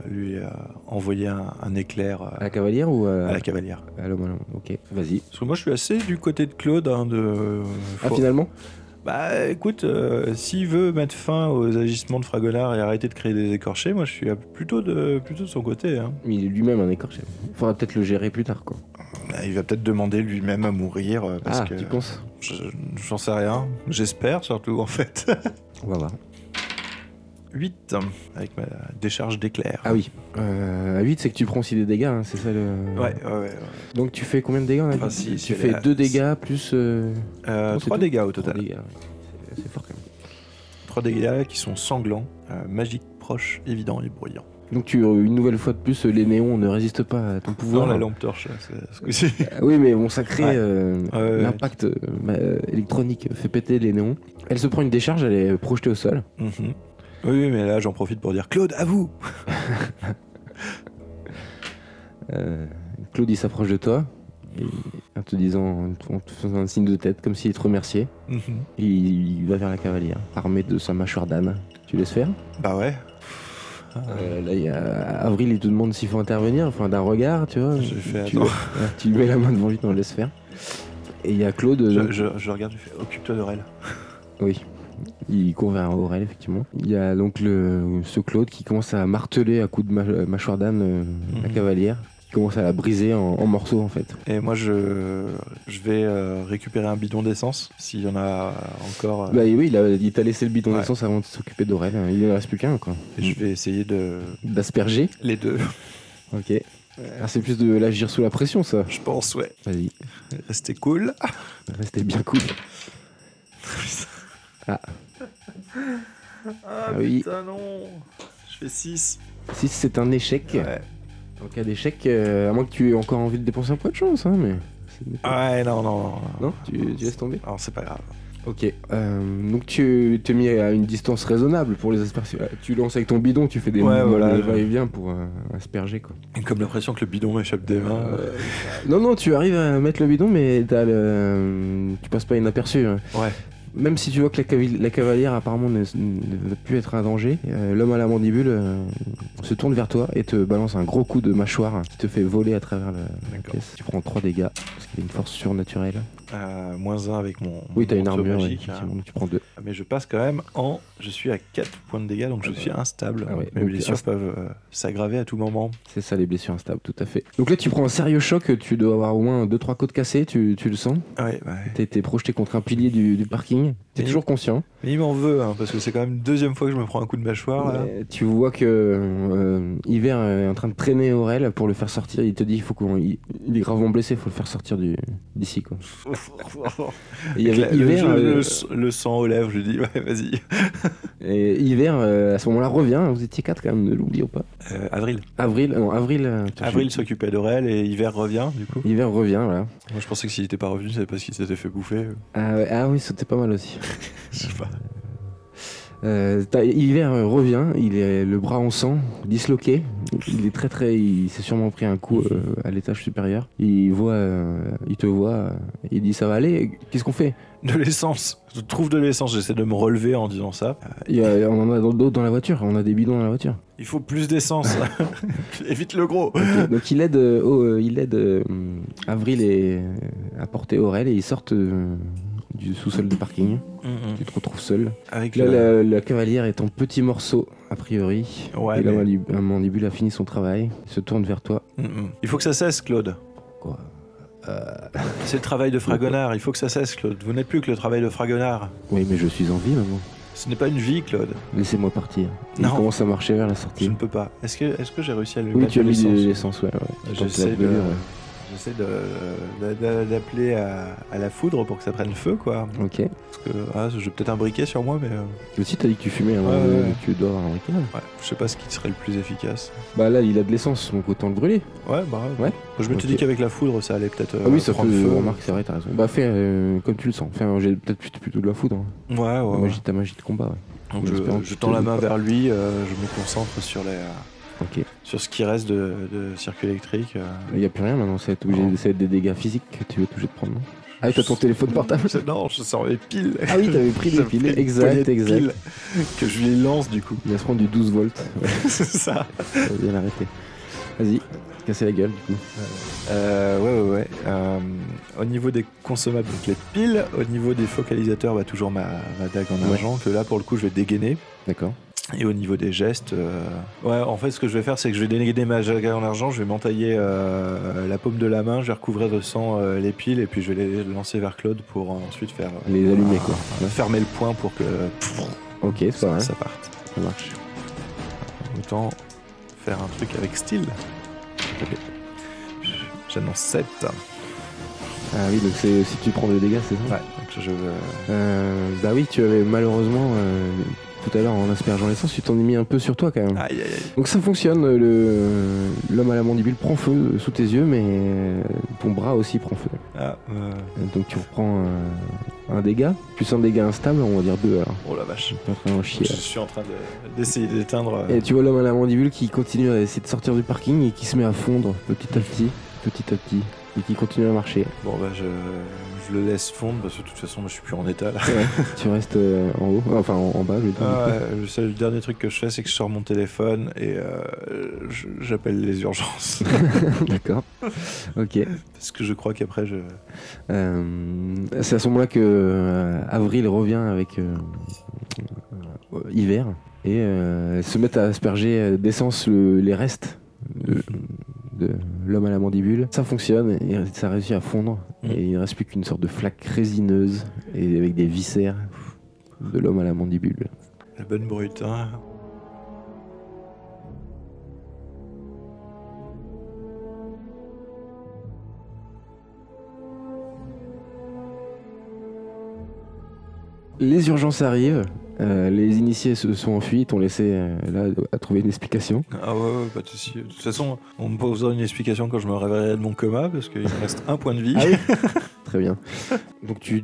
Speaker 2: lui euh, envoyer un, un éclair euh,
Speaker 1: À la cavalière ou à,
Speaker 2: à la cavalière.
Speaker 1: à l'homme à l'homme Ok, vas-y.
Speaker 2: Parce que moi, je suis assez du côté de Claude. hein, de...
Speaker 1: Ah,
Speaker 2: faut-
Speaker 1: finalement
Speaker 2: Bah écoute, euh, s'il veut mettre fin aux agissements de Fragonard et arrêter de créer des écorchés, moi, je suis à- plutôt de, plutôt de son côté. hein.
Speaker 1: Mais Il est lui-même un écorché. Faudra peut-être le gérer plus tard, quoi.
Speaker 2: Bah, Il va peut-être demander lui-même à mourir euh, parce
Speaker 1: ah,
Speaker 2: que
Speaker 1: tu penses
Speaker 2: je- j'en sais rien. J'espère surtout en fait. [laughs]
Speaker 1: On va voir.
Speaker 2: 8 avec ma décharge d'éclair.
Speaker 1: Ah oui. Euh, à 8, c'est que tu prends aussi des dégâts, hein, c'est ça le.
Speaker 2: Ouais, ouais, ouais.
Speaker 1: Donc tu fais combien de dégâts on a dit
Speaker 2: Ah, si,
Speaker 1: Tu
Speaker 2: c'est
Speaker 1: fais
Speaker 2: la-
Speaker 1: 2 dégâts plus. euh, Non, c'est
Speaker 2: 3
Speaker 1: tout.
Speaker 2: dégâts au
Speaker 1: trois
Speaker 2: total.
Speaker 1: dégâts, ouais. C'est c'est fort quand même.
Speaker 2: Trois dégâts qui sont sanglants, euh, magiques, proches, évidents et bruyants.
Speaker 1: Donc tu euh, une nouvelle fois de plus les néons ne résistent pas à ton
Speaker 2: Dans
Speaker 1: pouvoir.
Speaker 2: la lampe torche, hein, c'est ce coup-ci.
Speaker 1: [laughs] Ah Oui mais bon ça crée
Speaker 2: Ouais.
Speaker 1: euh,
Speaker 2: Ouais, ouais,
Speaker 1: l'impact euh, bah, euh, électronique fait péter les néons. Elle se prend une décharge, elle est projetée au sol.
Speaker 2: Mhm. Oui, oui, mais là j'en profite pour dire Claude, à vous
Speaker 1: Euh, Claude, il s'approche de toi, et, en te disant, en te faisant un signe de tête, comme s'il te remerciait.
Speaker 2: Mhm.
Speaker 1: Et il va vers la cavalière, armé de sa mâchoire d'âne. Tu laisses faire
Speaker 2: Bah ouais. Ah.
Speaker 1: Euh, Là, il y a Avril, il te demande s'il faut intervenir, enfin d'un regard, tu vois.
Speaker 2: J'ai fait,
Speaker 1: tu,
Speaker 2: attends.
Speaker 1: [laughs] ouais, tu lui mets la main devant lui, non, laisse faire. Et il y a Claude,
Speaker 2: Je,
Speaker 1: donc,
Speaker 2: je, je regarde, je fais occupe-toi de Rel.
Speaker 1: oui, il court vers Aurel, effectivement. Il y a donc le, ce Claude qui commence à marteler à coups de ma- mâchoire d'âne euh, la
Speaker 2: Mhm.
Speaker 1: cavalière, qui commence à la briser en, en morceaux, en fait.
Speaker 2: Et moi, je, je vais euh, récupérer un bidon d'essence, s'il y en a encore. euh,
Speaker 1: Bah oui, il, a- il t'a laissé le bidon
Speaker 2: Ouais.
Speaker 1: d'essence avant de s'occuper d'Aurel, hein. il ne reste plus qu'un, quoi.
Speaker 2: et je vais essayer de.
Speaker 1: D'asperger,
Speaker 2: Les deux. [laughs]
Speaker 1: ok. Ah, c'est plus de l'agir sous la pression, ça.
Speaker 2: Je pense, ouais.
Speaker 1: Vas-y,
Speaker 2: Restez cool.
Speaker 1: restez bien cool.
Speaker 2: Ah,
Speaker 1: oui.
Speaker 2: putain, non. Je fais 6.
Speaker 1: Si c'est un échec,
Speaker 2: Ouais.
Speaker 1: en cas d'échec, euh, à moins que tu aies encore envie de dépenser un point de chance, hein, mais.
Speaker 2: Ouais, non, non, non.
Speaker 1: Non, tu, tu laisses tomber
Speaker 2: Non, c'est pas grave.
Speaker 1: Ok. euh, donc tu t'es mis à une distance raisonnable pour les asperger. Tu lances avec ton bidon, tu fais des
Speaker 2: Ouais,
Speaker 1: mouvements
Speaker 2: voilà,
Speaker 1: de
Speaker 2: je-
Speaker 1: va-et-vient pour euh, asperger quoi.
Speaker 2: Et Comme l'impression que le bidon m'échappe des mains.
Speaker 1: Euh, non, non, tu arrives à mettre le bidon, mais t'as le... tu passes pas inaperçu. hein.
Speaker 2: Ouais.
Speaker 1: Même si tu vois que la, cavi- la cavalière apparemment ne, ne veut plus être un danger, euh, l'homme à la mandibule euh, se tourne vers toi et te balance un gros coup de mâchoire hein, qui te fait voler à travers le,
Speaker 2: D'accord.
Speaker 1: Yes, tu prends 3 dégâts parce qu'il a une force surnaturelle.
Speaker 2: Euh, moins 1 avec mon.
Speaker 1: Oui, t'as
Speaker 2: mon
Speaker 1: une
Speaker 2: marteau
Speaker 1: armure, ouais,
Speaker 2: magique, là.
Speaker 1: effectivement, donc tu prends 2.
Speaker 2: Mais je passe quand même en. Je suis à 4 points de dégâts, donc je suis instable.
Speaker 1: Ah ouais,
Speaker 2: Mes
Speaker 1: donc
Speaker 2: blessures
Speaker 1: inst-
Speaker 2: peuvent euh, s'aggraver à tout moment.
Speaker 1: C'est ça les blessures instables, tout à fait. Donc là, tu prends un sérieux choc, tu dois avoir au moins 2-3 côtes cassées, tu, tu le sens.
Speaker 2: Ah Ouais, ouais.
Speaker 1: T'as été projeté contre un pilier du, du parking, t'es
Speaker 2: Oui.
Speaker 1: toujours conscient.
Speaker 2: Mais il m'en veut, hein, parce que c'est quand même deuxième fois que je me prends un coup de mâchoire. là.
Speaker 1: Euh, tu vois que euh, Hiver est en train de traîner Aurel pour le faire sortir. Il te dit il faut qu'on. Il, il est gravement blessé, faut le faire sortir du- d'ici quoi. Et il y
Speaker 2: Avec la-
Speaker 1: avait
Speaker 2: le,
Speaker 1: Hiver.
Speaker 2: le-
Speaker 1: euh,
Speaker 2: le- le sang aux lèvres, je dis, ouais, vas-y.
Speaker 1: et Hiver euh, à ce moment-là revient. Vous étiez 4 quand même, ne l'oublions pas.
Speaker 2: Euh, avril.
Speaker 1: Avril, non, avril. euh,
Speaker 2: Avril s'occupait d'Aurel et Hiver revient, du coup.
Speaker 1: Hiver revient, voilà.
Speaker 2: Moi, je pensais que s'il était pas revenu, c'est parce qu'il s'était fait bouffer.
Speaker 1: Ah, ouais, ah oui, c'était pas mal aussi.
Speaker 2: Je sais pas.
Speaker 1: Euh, t'as- Hiver euh, revient, il est le bras en sang, disloqué. Il est très très. Il s'est sûrement pris un coup euh, à l'étage supérieur. Il voit, euh, il te voit, euh, il dit ça va aller. Qu'est-ce qu'on fait
Speaker 2: De l'essence. Je trouve de l'essence. J'essaie de me relever en disant ça.
Speaker 1: Il y a- On en a d'autres dans la voiture. On a des bidons dans la voiture.
Speaker 2: Il faut plus d'essence. [laughs] Évite le gros.
Speaker 1: Ok, Donc il aide, euh, oh, euh, il aide euh, hum, Avril et euh, à porter Aurel et ils sortent euh, du sous-sol du parking. Tu te retrouves seul.
Speaker 2: Avec
Speaker 1: Là,
Speaker 2: le-
Speaker 1: la, la cavalière est en petits morceaux a priori.
Speaker 2: Ouais,
Speaker 1: et la
Speaker 2: mais-
Speaker 1: mandib- la mandibule a fini son travail. Se tourne vers toi.
Speaker 2: Mhm. Il faut que ça cesse, Claude.
Speaker 1: Quoi
Speaker 2: C'est le travail de Fragonard. Il faut que ça cesse, Claude. Vous n'êtes plus que le travail de Fragonard.
Speaker 1: Oui, mais je suis en vie, maman.
Speaker 2: Ce n'est pas une vie, Claude.
Speaker 1: Laissez-moi partir. Il
Speaker 2: Non.
Speaker 1: commence à marcher vers la
Speaker 2: Je
Speaker 1: sortie.
Speaker 2: ne peux pas. Est-ce que, est-ce que j'ai réussi à lui
Speaker 1: Oui,
Speaker 2: mettre
Speaker 1: tu as
Speaker 2: de
Speaker 1: mis de
Speaker 2: l'essence
Speaker 1: l'essence, ouais. ouais. Tu
Speaker 2: J'essaie
Speaker 1: tentes
Speaker 2: de-
Speaker 1: la brûlure,
Speaker 2: J'essaie de, d'a- d'a- d'appeler à, à la foudre pour que ça prenne feu, quoi.
Speaker 1: ouais. Ok.
Speaker 2: Parce que ah, j'ai peut-être un briquet sur moi, mais euh,
Speaker 1: Mais si t'as dit que tu fumais, à un moment
Speaker 2: Ouais,
Speaker 1: donné,
Speaker 2: ouais, ouais.
Speaker 1: donc tu dois avoir un week-end.
Speaker 2: ouais, je sais pas ce qui serait le plus efficace.
Speaker 1: Bah là, il a de l'essence, donc autant le brûler.
Speaker 2: Ouais, bah
Speaker 1: Ouais.
Speaker 2: Je m'étais
Speaker 1: Ok.
Speaker 2: dit qu'avec la foudre, ça allait peut-être euh,
Speaker 1: ah oui, ça peut.
Speaker 2: prendre feu.
Speaker 1: Remarque, c'est vrai, t'as raison. Bah fais euh, comme tu le sens. Fais un jet peut-être plutôt- plutôt de la foudre. hein.
Speaker 2: Ouais, ouais.
Speaker 1: La
Speaker 2: ouais.
Speaker 1: magie, ta magie de combat, ouais.
Speaker 2: Donc
Speaker 1: En espérant
Speaker 2: je,
Speaker 1: que
Speaker 2: je
Speaker 1: tu
Speaker 2: tends la
Speaker 1: te-
Speaker 2: main vers lui, euh, je me concentre sur les, euh,
Speaker 1: Ok.
Speaker 2: sur ce qui reste de, de circuit électrique. euh.
Speaker 1: Il n'y a plus rien maintenant, ça va être obligé,
Speaker 2: Non.
Speaker 1: ça va être des dégâts physiques que tu vas être obligé de prendre. non Ah, et t'as ton
Speaker 2: Je-
Speaker 1: [laughs] téléphone portable
Speaker 2: Je- [laughs] Non, je sors mes piles.
Speaker 1: Ah oui, t'avais [laughs] pris des
Speaker 2: J'avais
Speaker 1: piles.
Speaker 2: pris une poignée
Speaker 1: Exact,
Speaker 2: de
Speaker 1: exact.
Speaker 2: piles que je les lance du coup. [laughs]
Speaker 1: Il va se prendre du 12 volts. Ouais,
Speaker 2: C'est ça.
Speaker 1: ça va bien l'arrêter. Vas-y, casser la gueule du coup.
Speaker 2: Euh, ouais, ouais, ouais. Euh, au niveau des consommables, donc les piles. Au niveau des focalisateurs, bah, toujours ma, ma dague en
Speaker 1: Ouais.
Speaker 2: argent, que là, pour le coup, je vais dégainer.
Speaker 1: D'accord.
Speaker 2: Et au niveau des gestes, euh, ouais, en fait, ce que je vais faire, c'est que je vais dégainer ma dague en argent, je vais m'entailler euh, la paume de la main, je vais recouvrir de sang euh, les piles, et puis je vais les lancer vers Claude pour euh, ensuite faire. euh,
Speaker 1: Les allumer quoi.
Speaker 2: euh, Fermer le point pour que pff,
Speaker 1: Ok, c'est pas
Speaker 2: ça,
Speaker 1: mal.
Speaker 2: ça parte.
Speaker 1: Ça marche.
Speaker 2: Autant faire un truc avec style. J'annonce 7.
Speaker 1: Ah oui, donc c'est si tu prends des dégâts, c'est ça
Speaker 2: Ouais, donc je veux.
Speaker 1: Euh, Bah oui, tu avais malheureusement euh, tout à l'heure en aspergeant l'essence, tu t'en es mis un peu sur toi quand même.
Speaker 2: Aïe, aïe, aïe.
Speaker 1: Donc ça fonctionne, le- l'homme à la mandibule prend feu sous tes yeux, mais ton bras aussi prend feu.
Speaker 2: Ah, euh,
Speaker 1: Donc tu reprends un, un dégât, plus un dégât instable, on va dire deux alors.
Speaker 2: oh la vache.
Speaker 1: T'es en train d'en chier,
Speaker 2: Je
Speaker 1: là.
Speaker 2: suis en train de- d'essayer d'éteindre. euh,
Speaker 1: Et tu vois l'homme à la mandibule qui continue à essayer de sortir du parking et qui se met à fondre petit à petit, petit à petit, et qui continue à marcher. [laughs]
Speaker 2: Bon bah je, je le laisse fondre parce que de toute façon moi, je suis plus en état là.
Speaker 1: tu restes euh, en haut, enfin en, en bas, je veux dire.
Speaker 2: Ah, ouais, le seul- le dernier truc que je fais c'est que je sors mon téléphone et euh, je- j'appelle les urgences.
Speaker 1: [laughs]
Speaker 2: [laughs]
Speaker 1: D'accord. Ok.
Speaker 2: parce que je crois qu'après je...
Speaker 1: Euh, c'est à ce moment-là que euh, Avril revient avec euh, euh, Hiver et euh, se mettent à asperger euh, d'essence le- les restes de, de l'homme à la mandibule. Ça fonctionne et ça réussit à fondre.
Speaker 2: Mm.
Speaker 1: Et il ne reste plus qu'une sorte de flaque résineuse et avec des viscères de l'homme à la mandibule.
Speaker 2: La bonne brute. Hein.
Speaker 1: Les urgences arrivent. euh, les initiés se sont enfuis, t'ont laissé euh, là à trouver une explication.
Speaker 2: Ah ouais, ouais, pas de souci. De toute façon on me posera une explication quand je me réveillerai de mon coma parce qu'il me reste un point de vie.
Speaker 1: Ah Très bien. Donc tu,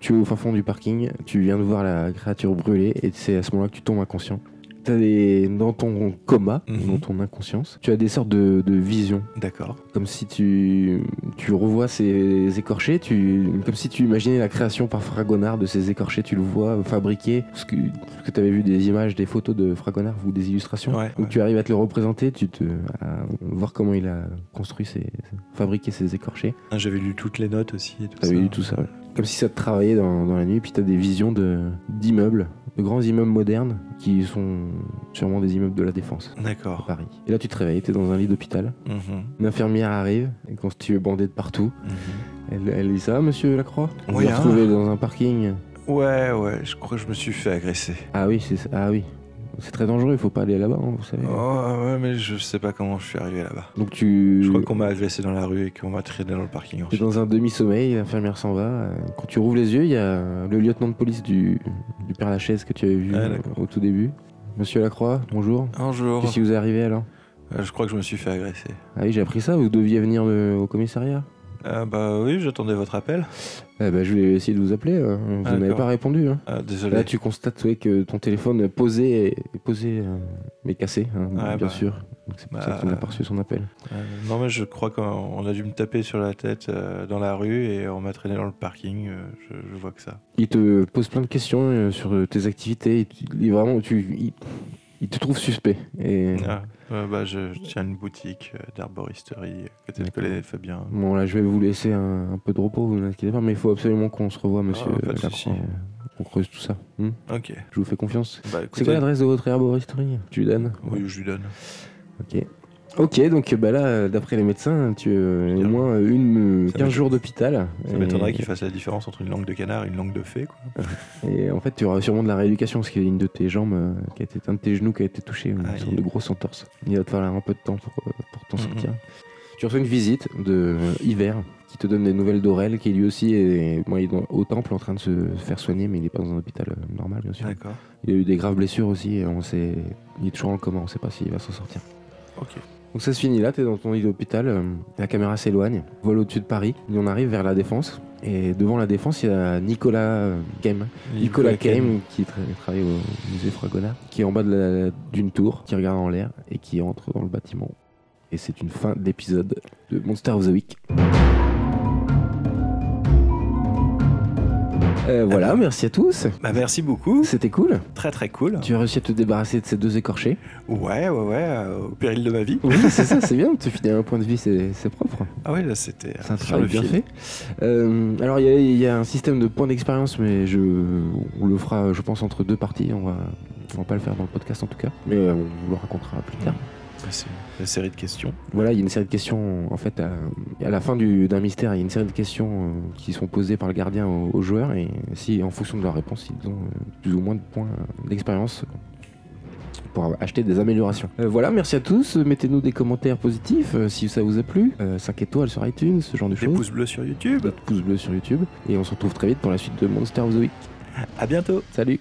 Speaker 1: tu es au fin fond du parking, tu viens de voir la créature brûler et c'est à ce moment-là que tu tombes inconscient. T'as des, dans ton coma,
Speaker 2: Mhm.
Speaker 1: dans ton inconscience, tu as des sortes de, de visions,
Speaker 2: D'accord.
Speaker 1: comme si tu, tu revois ces écorchés, tu, comme si tu imaginais la création par Fragonard de ces écorchés, tu le vois fabriquer, parce que, parce que tu avais vu des images, des photos de Fragonard ou des illustrations.
Speaker 2: Ouais,
Speaker 1: Donc
Speaker 2: ouais.
Speaker 1: tu arrives à te le représenter, tu te, à voir comment il a construit, ses, fabriqué ces écorchés.
Speaker 2: Ah, J'avais lu toutes les notes aussi et tout
Speaker 1: T'avais
Speaker 2: ça.
Speaker 1: eu Ah tout ça. ouais. Comme si ça te travaillait dans, dans la nuit, puis t'as des visions de- d'immeubles, de, grands immeubles modernes, qui sont sûrement des immeubles de la défense à
Speaker 2: D'accord.
Speaker 1: Paris. Et là tu te réveilles, t'es dans un lit d'hôpital.
Speaker 2: Mhm,
Speaker 1: Une infirmière arrive, elle constituée bandée de partout.
Speaker 2: mhm.
Speaker 1: Elle, elle dit ça, monsieur Lacroix On
Speaker 2: Oui,
Speaker 1: l'a
Speaker 2: hein.
Speaker 1: retrouvé dans un parking.
Speaker 2: Ouais, ouais, je crois que je me suis fait agresser.
Speaker 1: Ah oui, c'est ça. ah oui. C'est très dangereux, il faut pas aller là-bas, hein, vous savez.
Speaker 2: Oh ouais, mais je sais pas comment je suis arrivé là-bas.
Speaker 1: Donc tu.
Speaker 2: Je crois qu'on m'a agressé dans la rue et qu'on m'a traîné dans le parking
Speaker 1: T'es
Speaker 2: ensuite.
Speaker 1: dans un demi-sommeil, l'infirmière s'en va. Euh, Quand tu rouvres les yeux, il y a le lieutenant de police du, du Père Lachaise que tu avais vu
Speaker 2: Ah,
Speaker 1: euh,
Speaker 2: d'accord.
Speaker 1: au tout début. Monsieur Lacroix, bonjour.
Speaker 2: Un jour,
Speaker 1: Qu'est-ce qui vous est arrivé alors
Speaker 2: euh, je crois que je me suis fait agresser.
Speaker 1: Ah oui, j'ai appris ça, vous deviez venir euh, au commissariat
Speaker 2: Ah bah oui, j'attendais votre appel.
Speaker 1: Eh ben, je vais essayer de vous appeler, euh, vous
Speaker 2: Ah,
Speaker 1: n'avez
Speaker 2: d'accord.
Speaker 1: pas répondu. hein.
Speaker 2: Ah, désolé.
Speaker 1: Là, tu constates ouais, que ton téléphone posé est posé, euh, mais cassé, hein,
Speaker 2: Ouais,
Speaker 1: bien
Speaker 2: bah.
Speaker 1: sûr. Donc, C'est pour ça
Speaker 2: Bah,
Speaker 1: que tu n'as pas reçu son appel.
Speaker 2: Euh, non mais je crois qu'on on a dû me taper sur la tête euh, dans la rue et on m'a traîné dans le parking. euh, je, je vois que ça.
Speaker 1: Il te pose plein de questions euh, sur euh, tes activités, et tu- il, vraiment, tu, il, il te trouve suspect. Et...
Speaker 2: Ah, euh, bah je, je tiens une boutique euh, d'arboristerie à côté de
Speaker 1: D'accord.
Speaker 2: Colonel Fabien.
Speaker 1: Bon, là, je vais vous laisser un, un peu de repos, vous inquiétez pas, mais il faut absolument qu'on se revoie, monsieur
Speaker 2: Ah, pas de
Speaker 1: Lacroix,
Speaker 2: souci.
Speaker 1: euh, qu'on creuse tout ça. Hmm
Speaker 2: Ok.
Speaker 1: je vous fais confiance.
Speaker 2: Bah
Speaker 1: C'est
Speaker 2: écoutez,
Speaker 1: quoi l'adresse de votre herboristerie Tu lui donnes
Speaker 2: oui, je lui donne.
Speaker 1: Ok. Ok, donc bah là, euh, d'après les médecins, tu euh, au moins euh, une, euh,
Speaker 2: Ça
Speaker 1: 15
Speaker 2: m'étonne-
Speaker 1: jours d'hôpital.
Speaker 2: Ça
Speaker 1: Et-
Speaker 2: m'étonnerait qu'il fasse la différence entre une langue de canard et une langue de fée. Quoi.
Speaker 1: Et en fait, tu auras sûrement de la rééducation parce qu'il y a une de tes jambes, euh, qui a été, un de tes genoux qui a été touché, une
Speaker 2: Aïe.
Speaker 1: sorte de grosse entorse. Il va te falloir un peu de temps pour, euh, pour t'en
Speaker 2: Mhm.
Speaker 1: sortir. Tu reçois une visite de euh, Hiver qui te donne des nouvelles d'Aurel qui lui aussi est, moi, il est dans- au temple en train de se faire soigner, mais il n'est pas dans un hôpital euh, normal, bien sûr.
Speaker 2: D'accord.
Speaker 1: Il a eu des graves blessures aussi, et on sait, il est toujours en coma, on sait pas s'il va s'en sortir.
Speaker 2: Ok.
Speaker 1: Donc ça se finit là, t'es dans ton lit d'hôpital, euh, la caméra s'éloigne, vole au-dessus de Paris, et on arrive vers la défense. Et devant la défense, il y a Nicolas euh, Game, Nicolas Kame, qui tra- travaille au musée Fragonard, qui est en bas de la- d'une tour, qui regarde en l'air et qui entre dans le bâtiment. Et c'est une fin d'épisode de Monster of the Week. Euh, voilà, merci à tous.
Speaker 2: Bah merci beaucoup.
Speaker 1: C'était cool.
Speaker 2: Très très cool.
Speaker 1: Tu as réussi à te débarrasser de ces deux écorchés.
Speaker 2: Ouais, ouais, ouais, euh, au péril de ma vie.
Speaker 1: Oui, [laughs] c'est ça, c'est bien. Tu finis à un point de vue, c'est c'est propre.
Speaker 2: Ah ouais, là c'était
Speaker 1: C'est un
Speaker 2: sur
Speaker 1: travail
Speaker 2: le
Speaker 1: bien
Speaker 2: fil.
Speaker 1: fait. Euh, alors, il y, a- il y a un système de points d'expérience, mais je, on le fera, je pense, entre deux parties. On va, on va pas le faire dans le podcast en tout cas, mais euh, on vous le racontera plus tard.
Speaker 2: Ouais, C'est une série de questions.
Speaker 1: Voilà, il y a une série de questions, en fait, à, à la fin du- d'un mystère, il y a une série de questions euh, qui sont posées par le gardien aux, aux joueurs, et si, en fonction de leur réponse, ils ont euh, plus ou moins de points euh, d'expérience pour acheter des améliorations. Euh, voilà, merci à tous, mettez-nous des commentaires positifs euh, si ça vous a plu, 5 étoiles sur iTunes, ce genre de
Speaker 2: Des
Speaker 1: choses.
Speaker 2: pouces bleus sur YouTube.
Speaker 1: Notre pouce bleu sur YouTube. Et on se retrouve très vite pour la suite de Monster of the Week.
Speaker 2: À bientôt.
Speaker 1: Salut